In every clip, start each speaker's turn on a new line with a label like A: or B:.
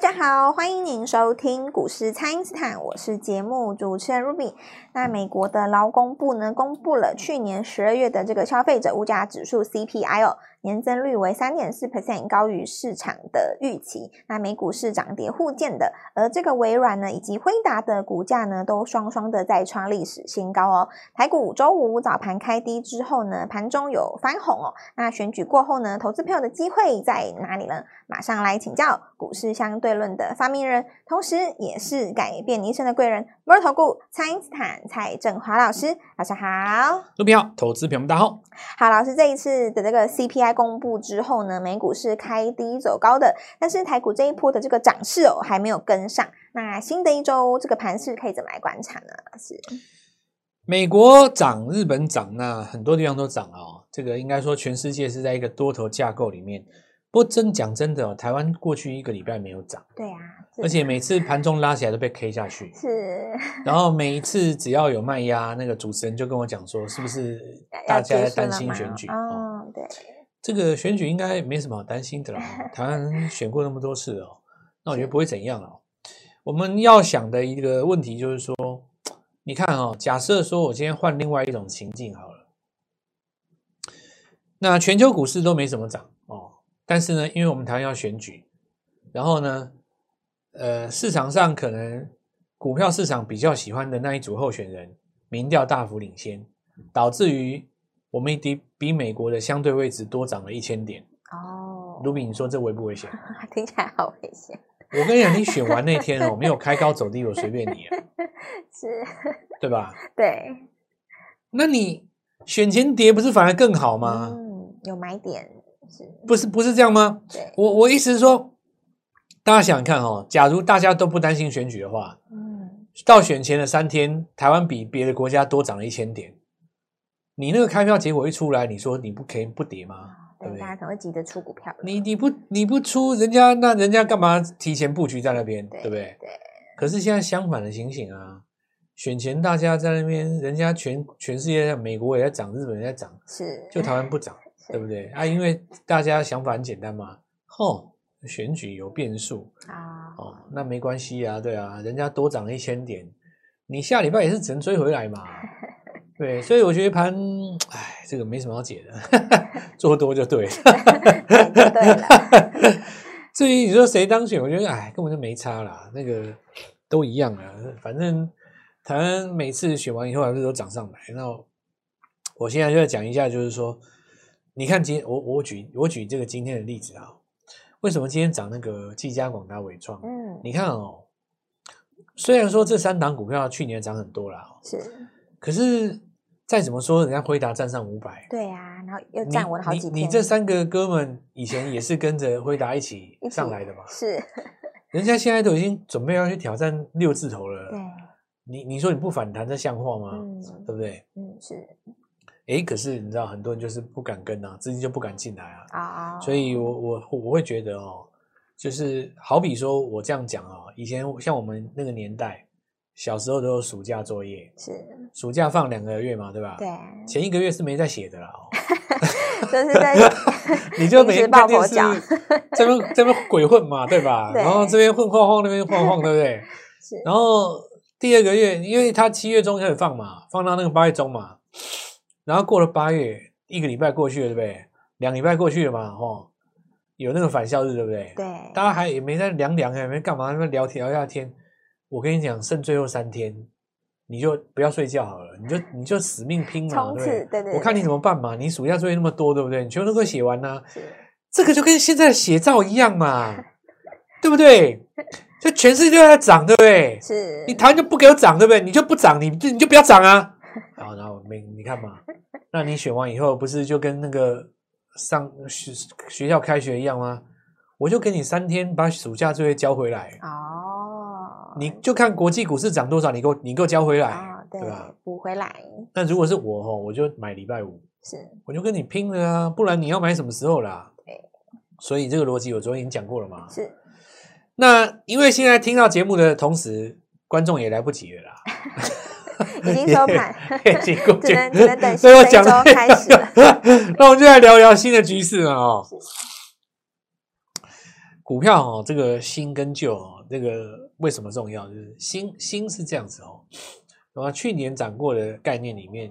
A: 家好，欢迎您收听股市蔡因斯坦，我是节目主持人 Ruby。那美国的劳工部呢，公布了去年十二月的这个消费者物价指数 CPI 哦，年增率为三点四 percent，高于市场的预期。那美股是涨跌互见的，而这个微软呢以及辉达的股价呢，都双双的在创历史新高哦。台股周五早盘开低之后呢，盘中有翻红哦。那选举过后呢，投资票的机会在哪里呢？马上来请教股市相对论的发明人，同时也是改变你一生的贵人——摩尔投顾蔡因斯坦蔡振华老师。老师好，
B: 股票投资朋友们大家好，
A: 好老师，这一次的这个 CPI 公布之后呢，美股是开低走高的，但是台股这一波的这个涨势哦还没有跟上。那新的一周这个盘势可以怎么来观察呢？老师，
B: 美国涨，日本涨，那很多地方都涨了哦。这个应该说全世界是在一个多头架构里面。不过真讲真的哦，台湾过去一个礼拜没有涨，
A: 对啊，
B: 而且每次盘中拉起来都被 K 下去，
A: 是
B: 然后每一次只要有卖压，那个主持人就跟我讲说，是不是大家在担心选举？哦，
A: 嗯，对，
B: 这个选举应该没什么好担心的啦，台湾选过那么多次哦，那我觉得不会怎样哦。我们要想的一个问题就是说，你看哦，假设说我今天换另外一种情境好了，那全球股市都没怎么涨哦，但是呢，因为我们台湾要选举，然后呢，呃，市场上可能股票市场比较喜欢的那一组候选人，民调大幅领先，导致于我们比比美国的相对位置多涨了一千点。
A: 哦，
B: 卢比，你说这危不危险？
A: 听起来好危险，
B: 我跟你讲，你选完那天哦，没有开高走低，我随便你、啊，
A: 是，
B: 对吧？
A: 对，
B: 那你选前跌不是反而更好吗？
A: 嗯，有买点是，
B: 不是不是这样吗？
A: 对，
B: 我我意思是说，大家想想看哦，假如大家都不担心选举的话，
A: 嗯，
B: 到选前的三天，台湾比别的国家多涨了一千点，你那个开票结果一出来，你说你不可以不跌吗？对不
A: 对，
B: 对
A: 大家可能会急着出股票了，
B: 你你不你不出，人家那人家干嘛提前布局在那边，对不对？
A: 对，
B: 可是现在相反的情形啊，选前大家在那边，人家全全世界，美国也在涨，日本也在涨，
A: 是，
B: 就台湾不涨，
A: 是
B: 对不对？啊，因为大家想法很简单嘛，吼、选举有变数
A: 啊，
B: 哦，那没关系啊，对啊，人家多涨了一千点，你下礼拜也是只能追回来嘛。对，所以我觉得盘，哎，这个没什么好解的， 做多就对了。
A: 嗯对就对了，
B: 至于你说谁当选，我觉得哎，根本就没差啦，那个都一样啊。反正台湾每次选完以后还是都涨上来。那我我现在就要讲一下，就是说，你看今我我举我举这个今天的例子啊，为什么今天涨那个技嘉、广达、伟创？
A: 嗯，
B: 你看哦，虽然说这三档股票去年涨很多啦，
A: 是，
B: 可是再怎么说，人家辉达站上五百，
A: 对啊，然后又
B: 你
A: 占我的好
B: 你
A: 几天，
B: 你这三个哥们以前也是跟着辉达一起
A: 一起
B: 上来的嘛？
A: 是，
B: 人家现在都已经准备要去挑战六字头
A: 对
B: 了，，你你说你不反弹，这像话吗？
A: 嗯
B: 对不对？
A: 嗯是
B: 诶，可是你知道很多人就是不敢跟啊，资金就不敢进来啊，
A: 啊，
B: 所以我我我会觉得哦，就是好比说我这样讲啊、以前像我们那个年代，小时候都有暑假作业，
A: 是，
B: 暑假放两个月嘛，对吧？
A: 嗯对，，
B: 前一个月是没在写的啦、哦，
A: 就是 在
B: 你就
A: 临
B: 每
A: 时
B: 天
A: 抱
B: 看
A: 佛
B: 电视
A: 脚，
B: 这边这边鬼混嘛，对吧？
A: 对
B: 然后这边混晃晃，那边晃晃，对不对？
A: 是
B: 然后第二个月，因为他七月中开始放嘛，放到那个八月中嘛，然后过了八月，一个礼拜过去了，对不对？两礼拜过去了嘛，吼，有那个返校日，对不对？
A: 对
B: 大家还也没在凉凉，也没干嘛，那边聊天聊一下天。我跟你讲，剩最后三天，你就不要睡觉好了，你就你就死命拼嘛，
A: 冲
B: 对不
A: 刺
B: 对？
A: 对对
B: 我看你
A: 对
B: 怎么办嘛，你暑假作业那么多，对不对？你全部都给我写完呐、
A: 是
B: 这个就跟现在的写照一样嘛，对不对？就全世界都在涨，对不对？
A: 是
B: 你台湾就不给我涨，对不对？你就不涨，你就你就不要涨啊！然后然后没你看嘛，那你选完以后不是就跟那个上学学校开学一样吗？我就给你三天把暑假作业交回来，
A: 哦，
B: 你就看国际股市涨多少，你给我你给我交回来。
A: 啊
B: 对吧
A: 对补回来
B: 那如果是我哦，我就买礼拜五，
A: 是
B: 我就跟你拼了啊！不然你要买什么时候啦
A: 对？
B: 所以这个逻辑我昨天已经讲过了嘛。
A: 是
B: 那因为现在听到节目的同时，观众也来不及了啦，
A: 已经收盘，
B: 已经过去
A: 只能只能等
B: 所以我
A: 新的
B: 讲
A: 一周开 始了。
B: 那我们就来聊聊新的局势了哦。啊股票哦，这个新跟旧哦，这个为什么重要？就是新新是这样子哦，那么去年涨过的概念里面，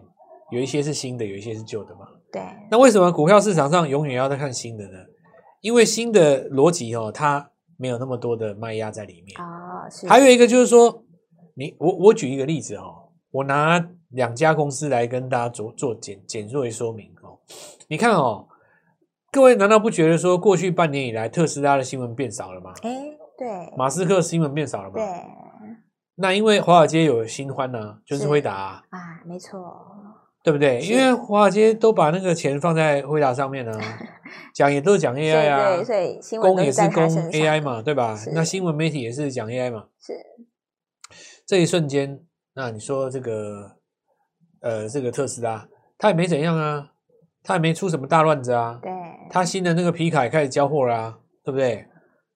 B: 有一些是新的，有一些是旧的嘛。
A: 对，
B: 那为什么股票市场上永远要在看新的呢？因为新的逻辑哦，它没有那么多的卖压在里面。
A: 哦，是，
B: 还有一个就是说，你我我举一个例子哦，我拿两家公司来跟大家做做简简作为说明哦。你看哦，各位难道不觉得说过去半年以来特斯拉的新闻变少了吗？
A: 哎，对，
B: 马斯克的新闻变少了吗？
A: 对。
B: 那因为华尔街有新欢呢、就是
A: 是
B: 辉达、啊，
A: 啊，没错，
B: 对不对？
A: 是
B: 因为华尔街都把那个钱放在辉达上面呢、讲也都是讲
A: 所以
B: AI 啊
A: 对，，所以新闻
B: 攻
A: 都
B: 也
A: 是
B: 是
A: 在
B: 攻
A: 他身上
B: AI 嘛，对吧
A: 是？
B: 那新闻媒体也是讲 AI 嘛，
A: 是
B: 这一瞬间，那你说这个，呃，这个特斯拉，它也没怎样啊，它也没出什么大乱子啊，
A: 对，
B: 它新的那个皮卡也开始交货啦、对不对？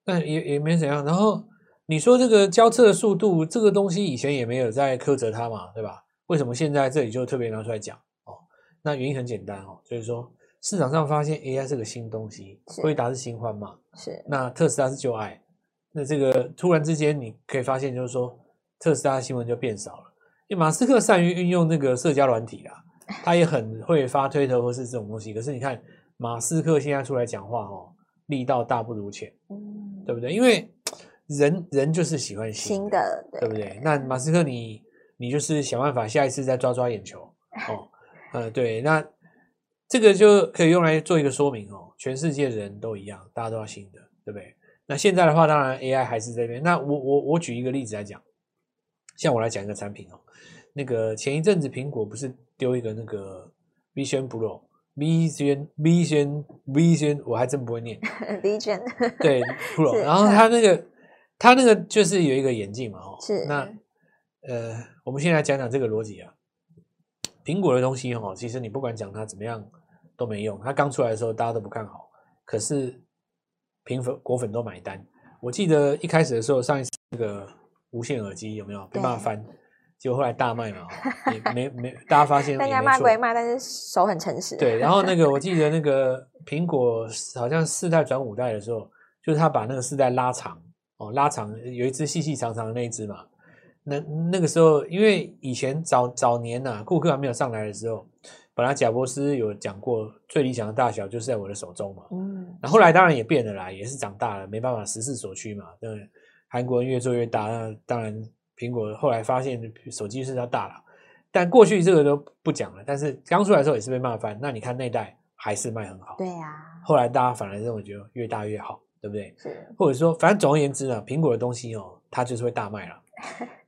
B: 那也也没怎样。然后你说这个交车的速度，这个东西以前也没有在苛责它嘛，对吧？为什么现在这里就特别拿出来讲哦？那原因很简单哦，就是说市场上发现 AI 是个新东西，
A: 是
B: 辉达是新欢嘛，
A: 是
B: 那特斯拉是旧爱，那这个突然之间你可以发现，就是说特斯拉新闻就变少了。因为马斯克善于运用那个社交软体啦，他也很会发推特或是这种东西。可是你看马斯克现在出来讲话哦，力道大不如前，
A: 嗯，
B: 对不对？因为人人就是喜欢新
A: 新
B: 的，
A: 的，
B: 对不对？那马斯克你你就是想办法下一次再抓抓眼球哦，呃，对，那这个就可以用来做一个说明哦。全世界的人都一样，大家都要新的，对不对？那现在的话，当然 AI 还是这边。那我我我举一个例子来讲，像我来讲一个产品哦，那个前一阵子苹果不是丢一个那个 Vision Pro。Vision Vision Vision，我还真不会念。
A: Vision
B: 对 Pro，
A: 是
B: 然后它那个它那个就是有一个眼镜嘛，哦，
A: 是
B: 那呃，我们先来讲讲这个逻辑啊。苹果的东西哦，其实你不管讲它怎么样都没用，它刚出来的时候大家都不看好，可是苹粉果粉都买单。我记得一开始的时候，上一次那个无线耳机有没有被骂
A: 对
B: 翻？结果后来大卖嘛，哦也没没大家发 现
A: 大
B: 也
A: 家
B: 没
A: 骂
B: 错
A: 归骂，但是手很诚实，
B: 对，然后那个我记得那个苹果好像四代转五代的时候，就是他把那个四代拉长哦，拉长有一只细细长长的那一只嘛。那那个时候，因为以前早早年呐、顾客还没有上来的时候，本来贾博斯有讲过，最理想的大小就是在我的手中嘛。
A: 嗯，
B: 那后来当然也变了啦，也是长大了，没办法，时势所趋嘛。那韩国人越做越大，那当然苹果后来发现手机是要大了，但过去这个都不讲了。但是刚出来的时候也是被骂翻。那你看那一代还是卖很好，
A: 对呀，
B: 后来大家反而认为觉得越大越好，对不对？
A: 是
B: 或者说，反正总而言之呢，苹果的东西哦，它就是会大 卖了。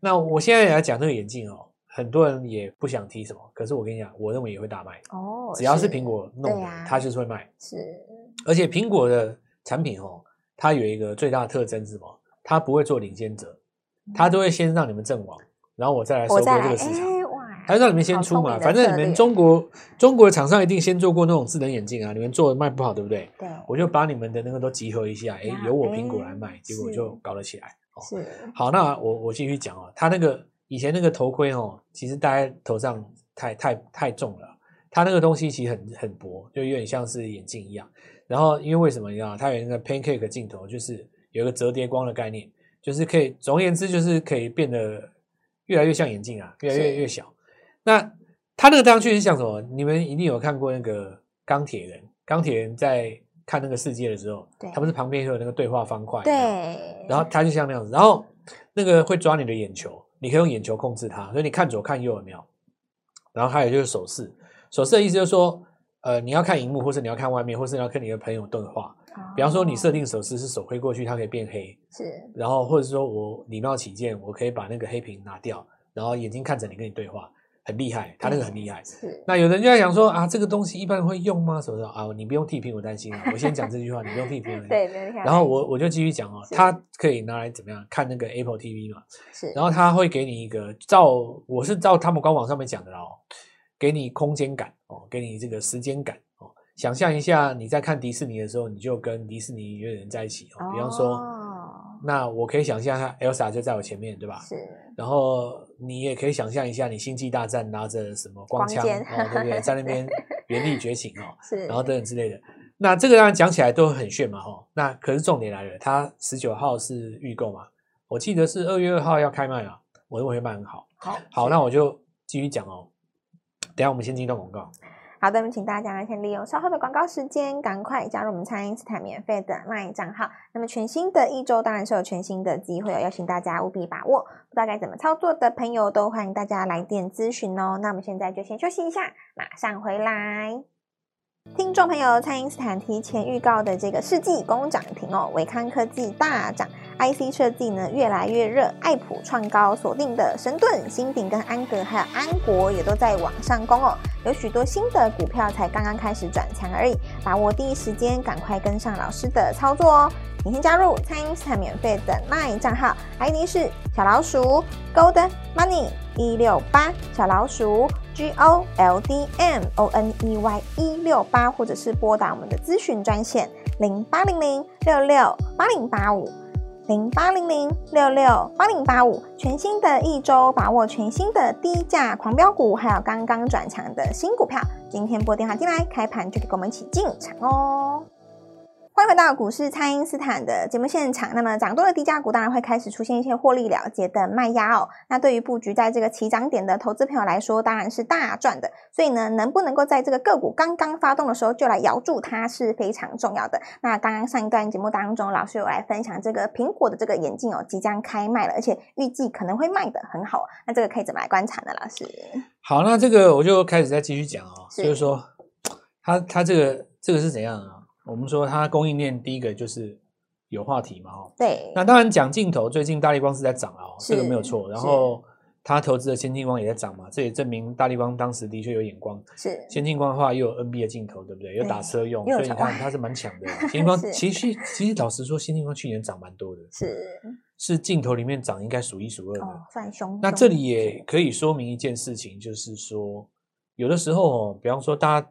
B: 那我现在来讲这个眼镜哦，很多人也不想提什么，可是我跟你讲，我认为也会大卖，
A: 哦，
B: 只要是苹果弄
A: 对
B: 的，
A: 啊
B: 它就是会卖。
A: 是
B: 而且苹果的产品哦，它有一个最大的特征是什么？它不会做领先者，它都会先让你们阵亡，然后我再来收
A: 我
B: 割
A: 再
B: 这
A: 来，
B: 个市场。
A: 哎哇，
B: 它让你们先
A: 好
B: 出
A: 聪
B: 嘛，
A: 明的
B: 反正
A: 策
B: 你们
A: 略
B: 中国中国的厂商一定先做过那种智能眼镜啊，你们做的卖不好，对不对？
A: 对
B: 我就把你们的那个都集合一下，哎
A: 呀，
B: 由我
A: 哎
B: 苹果来卖，结果
A: 是
B: 就搞得起来。哦，
A: 是
B: 好，那我我继续讲哦，它那个以前那个头盔哦，其实戴在头上太太太重了，它那个东西其实很很薄，就有点像是眼镜一样。然后因为为什么你知道，它有那个 pancake 镜头，就是有一个折叠光的概念，就是可以，总而言之就是可以变得越来越像眼镜啊，越来越
A: 是
B: 越小。那它那个戴上去是像什么？你们一定有看过那个钢铁人，钢铁人在看那个世界的时候
A: 对，
B: 他不是旁边会有那个对话方块？
A: 对，
B: 然后它就像那样子，然后那个会抓你的眼球，你可以用眼球控制它，所以你看左看右有没有？然后还有就是手势，手势的意思就是说，呃，你要看荧幕，或是你要看外面，或是你要跟你的朋友对话。比方说，你设
A: 定
B: 定手势是手挥过去，它可以变黑，
A: 哦是
B: 然后或者说我礼貌起见，我可以把那个黑屏拿掉，然后眼睛看着你跟你对话，很厉害，它那个很厉害。
A: 是
B: 那有人就在想说啊，这个东西一般人会用吗？什么的啊，你不用替苹果担心啊。我先讲这句话，你不用替苹果担心。
A: 对，没有
B: 然后我我就继续讲哦，
A: 是
B: 它可以拿来怎么样看那个 Apple TV 嘛？
A: 是
B: 然后它会给你一个照，我是照他们官网上面讲的啦哦，给你空间感哦，给你这个时间感哦。想象一下你在看迪士尼的时候，你就跟迪士尼乐园在一起哦。比方说，
A: 哦
B: 那我可以想象它 Elsa 就在我前面，对吧？
A: 是
B: 然后你也可以想象一下，你星际大战拿着什么光
A: 光
B: 枪
A: 剑
B: 哦，对不对？在那边原地觉醒哦。
A: 是，
B: 然后等等之类的。那这个当然讲起来都很炫嘛，吼。那可是重点来了，它十九号是预购嘛，我记得是二月二号要开卖啊，我认为会卖很好。
A: 好
B: 好，那我就继续讲哦。等一下我们先进一段广告。
A: 好的，我们请大家先利用稍后的广告时间，赶快加入我们蔡因斯坦免费的 LINE 账号。那么全新的一周当然是有全新的机会哦，邀请大家务必把握。不知道该怎么操作的朋友，都欢迎大家来电咨询哦。那我们现在就先休息一下，马上回来。听众朋友，蔡因斯坦提前预告的这个世纪工涨停哦，维康科技大涨，IC 设计呢越来越热，爱普创高锁定的神盾、新鼎跟安格还有安国也都在往上攻哦，有许多新的股票才刚刚开始转强而已，把握第一时间赶快跟上老师的操作哦。请先加入蔡因斯坦免费的 LINE 账号，ID 是小老鼠 Gold Money 一六八，小老鼠 G O L D M O N E Y 一六八，或者是拨打我们的咨询专线零八零零六六八零八五。零八零零六六八零八五，全新的一周，把握全新的低价狂飙股，还有刚刚转强的新股票。今天拨电话进来，开盘就可以跟我们一起进场哦。欢迎回到股市，蔡因斯坦的节目现场。那么涨多的低价股当然会开始出现一些获利了结的卖压哦。那对于布局在这个起涨点的投资朋友来说，当然是大赚的。所以呢，能不能够在这个个股刚刚发动的时候就来咬住它是非常重要的。那刚刚上一段节目当中，老师有来分享这个苹果的这个眼镜哦，即将开卖了，而且预计可能会卖的很好。那这个可以怎么来观察呢？老师，
B: 好，那这个我就开始再继续讲哦，
A: 是
B: 就是说，它它这个这个是怎样啊？我们说它供应链第一个就是有话题嘛，哦。
A: 对，
B: 那当然讲镜头，最近大力光是在涨了哦，这个
A: 是
B: 没有错。然
A: 是
B: 后它投资的先进光也在涨嘛，这也证明大力光当时的确有眼光。
A: 是
B: 先进光的话，又有 NB 的镜头，对不对？有打车用，
A: 又有
B: 所以你
A: 打
B: 看它是蛮强的。啊 先进光
A: 是
B: 其实其实老实说，先进光去年涨蛮多的，
A: 是
B: 是镜头里面涨应该数一数二的。
A: 哦，算凶。
B: 那这里也可以说明一件事情，就是说，有的时候哦，比方说大家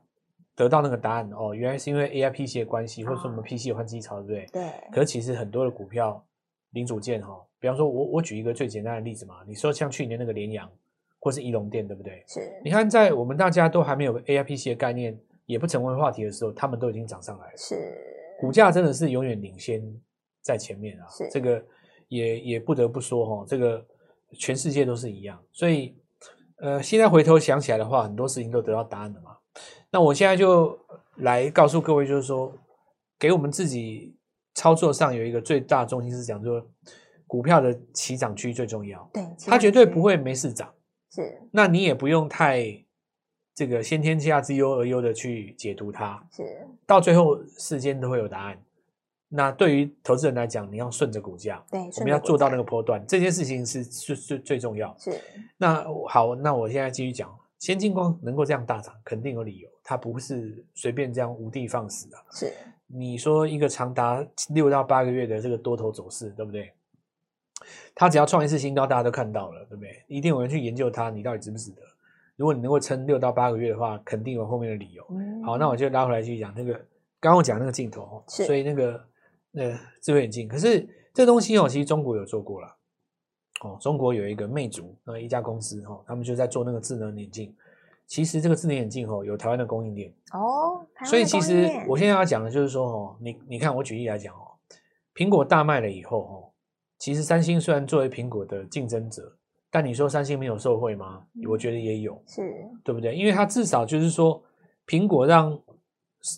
B: 得到那个答案哦，原来是因为 AI PC 的关系，或者说我们 PC 有换机潮，对不对？
A: 哦对
B: 可是其实很多的股票零组件哈、哦，比方说我我举一个最简单的例子嘛，你说像去年那个联阳或是仪龙店，对不对？
A: 是
B: 你看，在我们大家都还没有 AI PC 的概念，也不成为话题的时候，他们都已经涨上来了。
A: 是
B: 股价真的是永远领先在前面啊
A: 是，
B: 这个也也不得不说哈、这个全世界都是一样，所以呃，现在回头想起来的话，很多事情都得到答案了嘛。那我现在就来告诉各位，就是说，给我们自己操作上有一个最大的重心是讲说，股票的起涨区最重要，
A: 对，其
B: 它
A: 他
B: 绝对
A: 区
B: 不会没事涨。
A: 是
B: 那你也不用太这个先天下之忧而忧的去解读它，
A: 是，
B: 到最后世间都会有答案。那对于投资人来讲，你要顺着股价，
A: 对，
B: 我
A: 顺
B: 们
A: 着
B: 要
A: 国
B: 做到
A: 家
B: 那个波段，这件事情是最最最重要。
A: 是
B: 那好，那我现在继续讲，先进光能够这样大涨，肯定有理由，它不是随便这样无的放矢啊的。
A: 是
B: 你说一个长达六到八个月的这个多头走势，对不对？它只要创一次新高，大家都看到了，对不对？一定有人去研究它，你到底值不值得？如果你能够撑六到八个月的话，肯定有后面的理由。
A: 嗯
B: 好，那我就拉回来继续讲那个，刚刚我讲那个镜头哦，
A: 是
B: 所以那个呃智慧眼镜，可是这东西哦，其实中国有做过了，哦，中国有一个魅族呃一家公司哦，他们就在做那个智能眼镜。其实这个智能眼镜哦，有台湾的供应链，
A: 哦，台
B: 所以
A: 湾的
B: 其
A: 供
B: 实
A: 应链
B: 我现在要讲的就是说哦，你你看我举例来讲哦，苹果大卖了以后哦，其实三星虽然作为苹果的竞争者，但你说三星没有受惠吗？
A: 嗯
B: 我觉得也有，
A: 是
B: 对不对？因为它至少就是说，苹果让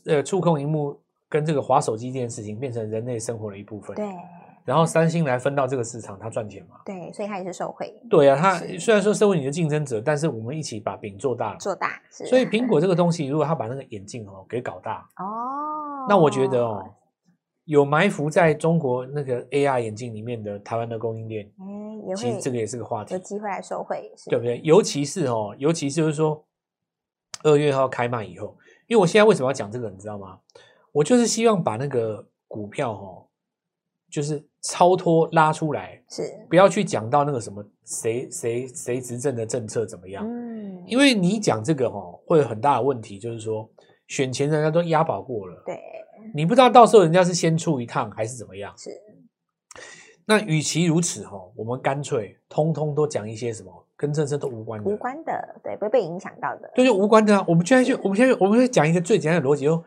B: 呃触控荧幕跟这个滑手机这件事情变成人类生活的一部分。
A: 对嗯
B: 然后三星来分到这个市场，它赚钱嘛？
A: 对，所以它也是受惠
B: 对啊，它
A: 是
B: 虽然说身为你的竞争者，但是我们一起把饼做大了。
A: 做大，是
B: 所以苹果这个东西，如果它把那个眼镜哦给搞大，
A: 哦，
B: 那我觉得哦，有埋伏在中国那个 AR 眼镜里面的台湾的供应链，
A: 嗯，也
B: 其实
A: 会
B: 这个也是个话题
A: 有。机会来受惠，是
B: 对不对？尤其是哦，尤其就是说，二月号开卖以后，因为我现在为什么要讲这个，你知道吗？我就是希望把那个股票哦，就是超脱拉出来，
A: 是
B: 不要去讲到那个什么谁谁谁执政的政策怎么样，
A: 嗯，
B: 因
A: 为
B: 为你讲这个哦，会有很大的问题，就是说选前人家都押宝过了，
A: 对
B: 你不知道到时候人家是先出一趟还是怎么样。
A: 是
B: 那与其如此哦，我们干脆通通都讲一些什么跟政策都无关的，
A: 无关的，对，不会被影响到的，
B: 对，就无关的啊。我们现在就我们现在就我们会讲一个最简单的逻辑，就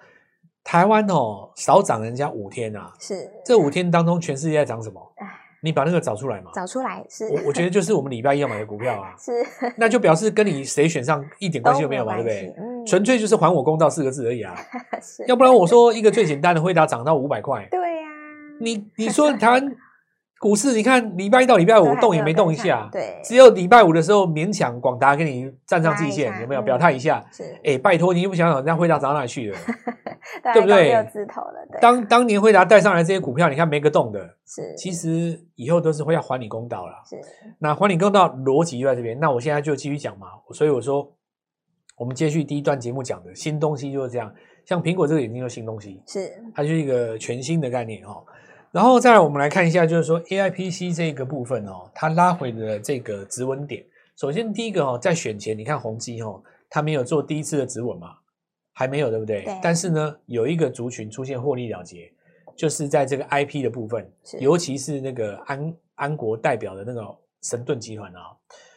B: 台湾哦少涨人家五天啊，
A: 是
B: 这五天当中全世界在涨什么
A: 唉？
B: 你把那个找出来嘛。
A: 找出来是，
B: 我我觉得就是我们礼拜一要买的股票 啊
A: 是
B: 那就表示跟你谁选上一点关系都没有嘛，对
A: 关
B: 不
A: 系
B: 对？
A: 嗯，
B: 纯粹就是还我公道四个字而已啊，
A: 是
B: 要不然我说一个最简单的惠达涨到五百块，
A: 对呀，
B: 你你说台湾股市，你看礼拜一到礼拜
A: 都
B: 五
A: 还
B: 动也
A: 有
B: 没
A: 跟
B: 动一
A: 上
B: 下，
A: 对，
B: 只有礼拜五的时候勉强广达给你站上
A: 拉
B: 季
A: 一
B: 线，
A: 下
B: 有没有
A: 嗯
B: 表态一下？
A: 是
B: 哎，拜托你又不想想人家惠达涨到哪 里去了？
A: 对
B: 对不对
A: 六字头了，对，
B: 当当年惠达带上来这些股票，你看没个动的，
A: 是
B: 其实以后都是会要还你公道啦。
A: 是
B: 那还你公道逻辑就在这边。那我现在就继续讲嘛，所以我说我们接续第一段节目讲的新东西就是这样，像苹果这个眼镜就是新东西，
A: 是
B: 它就是一个全新的概念哦。然后再来我们来看一下，就是说 AIPC 这个部分哦，它拉回的这个止稳点。首先第一个哦，在选前你看宏基哦，它没有做第一次的止稳嘛，还没有对不对？
A: 对
B: 但是呢，有一个族群出现获利了结，就是在这个 IP 的部分，
A: 是
B: 尤其是那个安安国代表的那个神盾集团啊、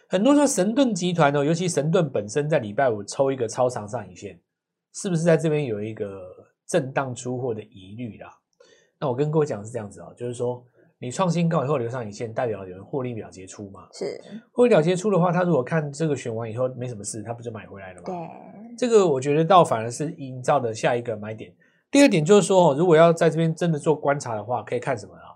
B: 很多说神盾集团哦，尤其神盾本身在礼拜五抽一个超长上影线，是不是在这边有一个震荡出货的疑虑啦？那我跟各位讲是这样子哦，就是说你创新高以后留上影线，代表有人获利了结出嘛？
A: 是，
B: 获利了结出的话，他如果看这个选完以后没什么事，他不就买回来了吗？
A: 对，
B: 这个我觉得倒反而是营造的下一个买点。第二点就是说，哦，如果要在这边真的做观察的话，可以看什么啊？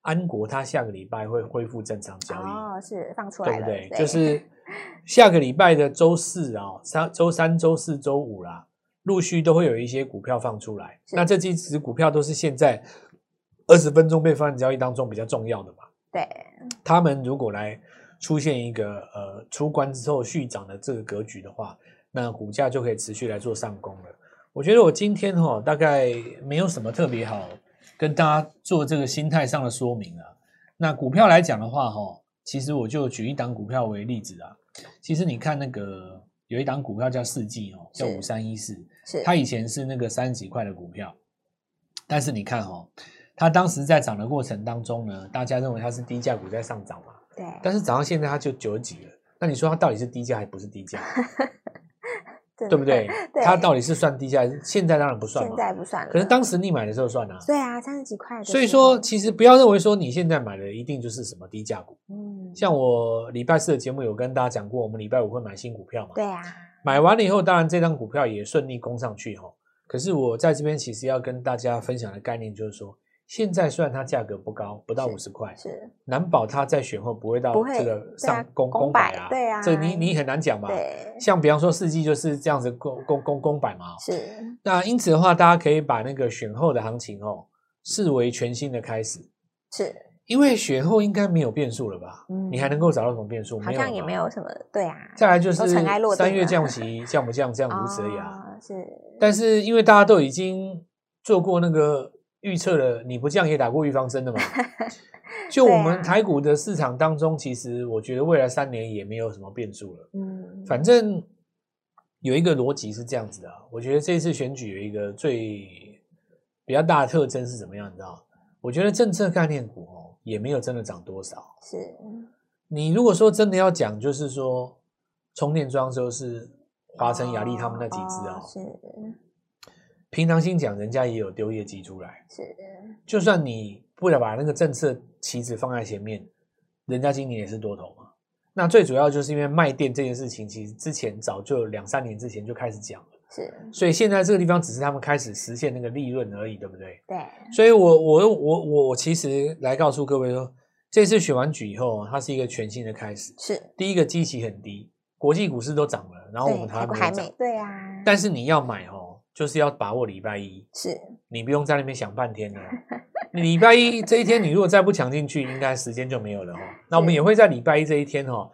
B: 安国它下个礼拜会恢复正常交易，
A: 哦，是放出
B: 对
A: 来
B: 不
A: 了，
B: 对？就是 下个礼拜的周四啊，三周三、周四周五啦，陆续都会有一些股票放出来。
A: 是
B: 那这几只股票都是现在二十分钟被放交易当中比较重要的嘛。
A: 对，
B: 他们如果来出现一个呃出关之后续涨的这个格局的话，那股价就可以持续来做上攻了。我觉得我今天哈、大概没有什么特别好跟大家做这个心态上的说明啊。那股票来讲的话哈、其实我就举一档股票为例子啊。其实你看那个有一档股票叫世纪哦，叫
A: 是
B: 五三一四，
A: 是
B: 它以前是那个三十几块的股票，但是你看哦，它当时在涨的过程当中呢，大家认为它是低价股在上涨嘛，
A: 对，
B: 但是涨到现在它就九十几了，那你说它到底是低价还不是低价，对 不对？ 它到
A: 底
B: 底是算低价还是？现在当然不算
A: 现
B: 嘛，
A: 在不算了，
B: 可是当时你买的时候算啊。
A: 对啊，三十几块的时候，
B: 所以说，其实不要认为说你现在买的一定就是什么低价股。
A: 嗯，
B: 像我礼拜四的节目有跟大家讲过，我们礼拜五会买新股票嘛。
A: 对啊，
B: 买完了以后，当然这张股票也顺利攻上去哈、可是我在这边其实要跟大家分享的概念就是说，现在虽然它价格不高，不到
A: 是
B: 五十块，
A: 是，
B: 难保它在选后不会到
A: 不会
B: 这个
A: 对啊
B: 上攻
A: 公
B: 公
A: 百
B: 百啊。
A: 对啊
B: 这个你你很难讲嘛。
A: 对，
B: 像比方说世纪就是这样子公公公公百嘛、
A: 是，
B: 那因此的话，大家可以把那个选后的行情哦，视为全新的开始，
A: 是，
B: 因为选后应该没有变数了吧？
A: 嗯
B: 你还能够找到什么变数？
A: 好像也
B: 嘛
A: 没。有什么，对啊，
B: 再来就是
A: 都尘埃落定
B: 三月
A: 了
B: 降息降不降，这样如此而已啊。
A: 哦，是，
B: 但是因为大家都已经做过那个预测了，你不降也打过预 防针的嘛。就我
A: 对
B: 们
A: 啊
B: 台股的市场当中，其实我觉得未来三年也没有什么变数了。
A: 嗯，
B: 反正有一个逻辑是这样子的、啊，我觉得这次选举有一个最比较大的特征是怎么样？你知道？我觉得政策概念股哦，也没有真的涨多少。
A: 是，
B: 你如果说真的要讲，就是说充电桩就是华晨、雅力他们那几只哦，
A: 哦
B: 平常心讲，人家也有丢业绩出来。
A: 是是，
B: 就算你不了把那个政策旗子放在前面，人家今年也是多头嘛。那最主要就是因为卖电这件事情，其实之前早就两三年之前就开始讲了，
A: 是，
B: 所以现在这个地方只是他们开始实现那个利润而已，对不对？
A: 对，
B: 所以我我我我我其实来告诉各位说，这次选完举以后，它是一个全新的开始。
A: 是，
B: 第一个基期很低，国际股市都涨了，然后我
A: 对，
B: 们台
A: 台股
B: 湾没
A: 还
B: 有涨
A: 没，。对啊，
B: 但是你要买哦，就是要把握礼拜一，
A: 是，
B: 你不用在那边想半天了。你礼拜一这一天，你如果再不抢进去，应该时间就没有了哦。那我们也会在礼拜一这一天哦，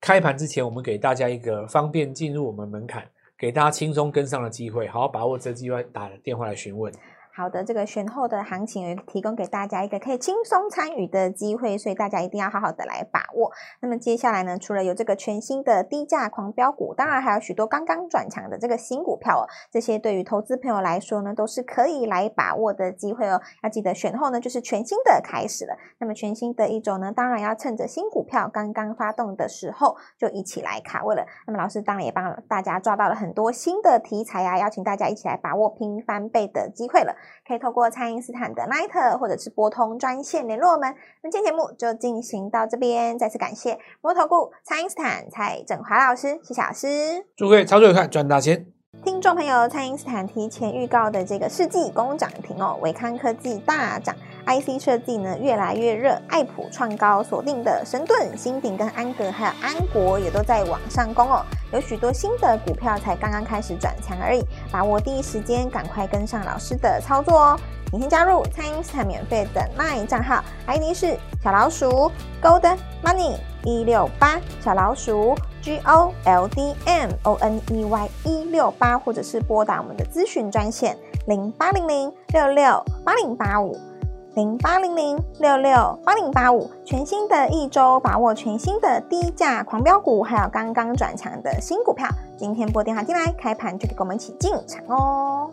B: 开盘之前，我们给大家一个方便进入我们门槛，给大家轻松跟上的机会，好好把握这机会，打电话来询问。
A: 好的，这个选后的行情有提供给大家一个可以轻松参与的机会，所以大家一定要好好的来把握。那么接下来呢，除了有这个全新的低价狂飙股，当然还有许多刚刚转强的这个新股票哦。这些对于投资朋友来说呢，都是可以来把握的机会哦。要记得选后呢，就是全新的开始了。那么全新的一周呢，当然要趁着新股票刚刚发动的时候，就一起来卡位了。那么老师当然也帮大家抓到了很多新的题材啊，邀请大家一起来把握拼翻倍的机会了。可以透过蔡因斯坦的 Line 或者是拨通专线联络我们。那今天节目就进行到这边，再次感谢摩投顾蔡因斯坦蔡振华老师，谢谢老师。
B: 祝各位操作愉快，赚大钱！
A: 听众朋友，蔡因斯坦提前预告的这个世纪工涨停哦，维康科技大涨，IC 设计呢越来越热，爱普创高锁定的神盾、新鼎跟安格还有安国也都在往上攻哦，有许多新的股票才刚刚开始转强而已，把握第一时间赶快跟上老师的操作哦。你先加入蔡因斯坦免费的 LINE 账号，ID 是小老鼠 Gold Money 一六八，小老鼠 G O L D M O N E Y 一六八，或者是拨打我们的咨询专线零八零零六六八零八五。零八零零六六八零八五，全新的一周，把握全新的低价狂飙股，还有刚刚转强的新股票。今天拨电话进来，开盘就可以跟我们一起进场哦。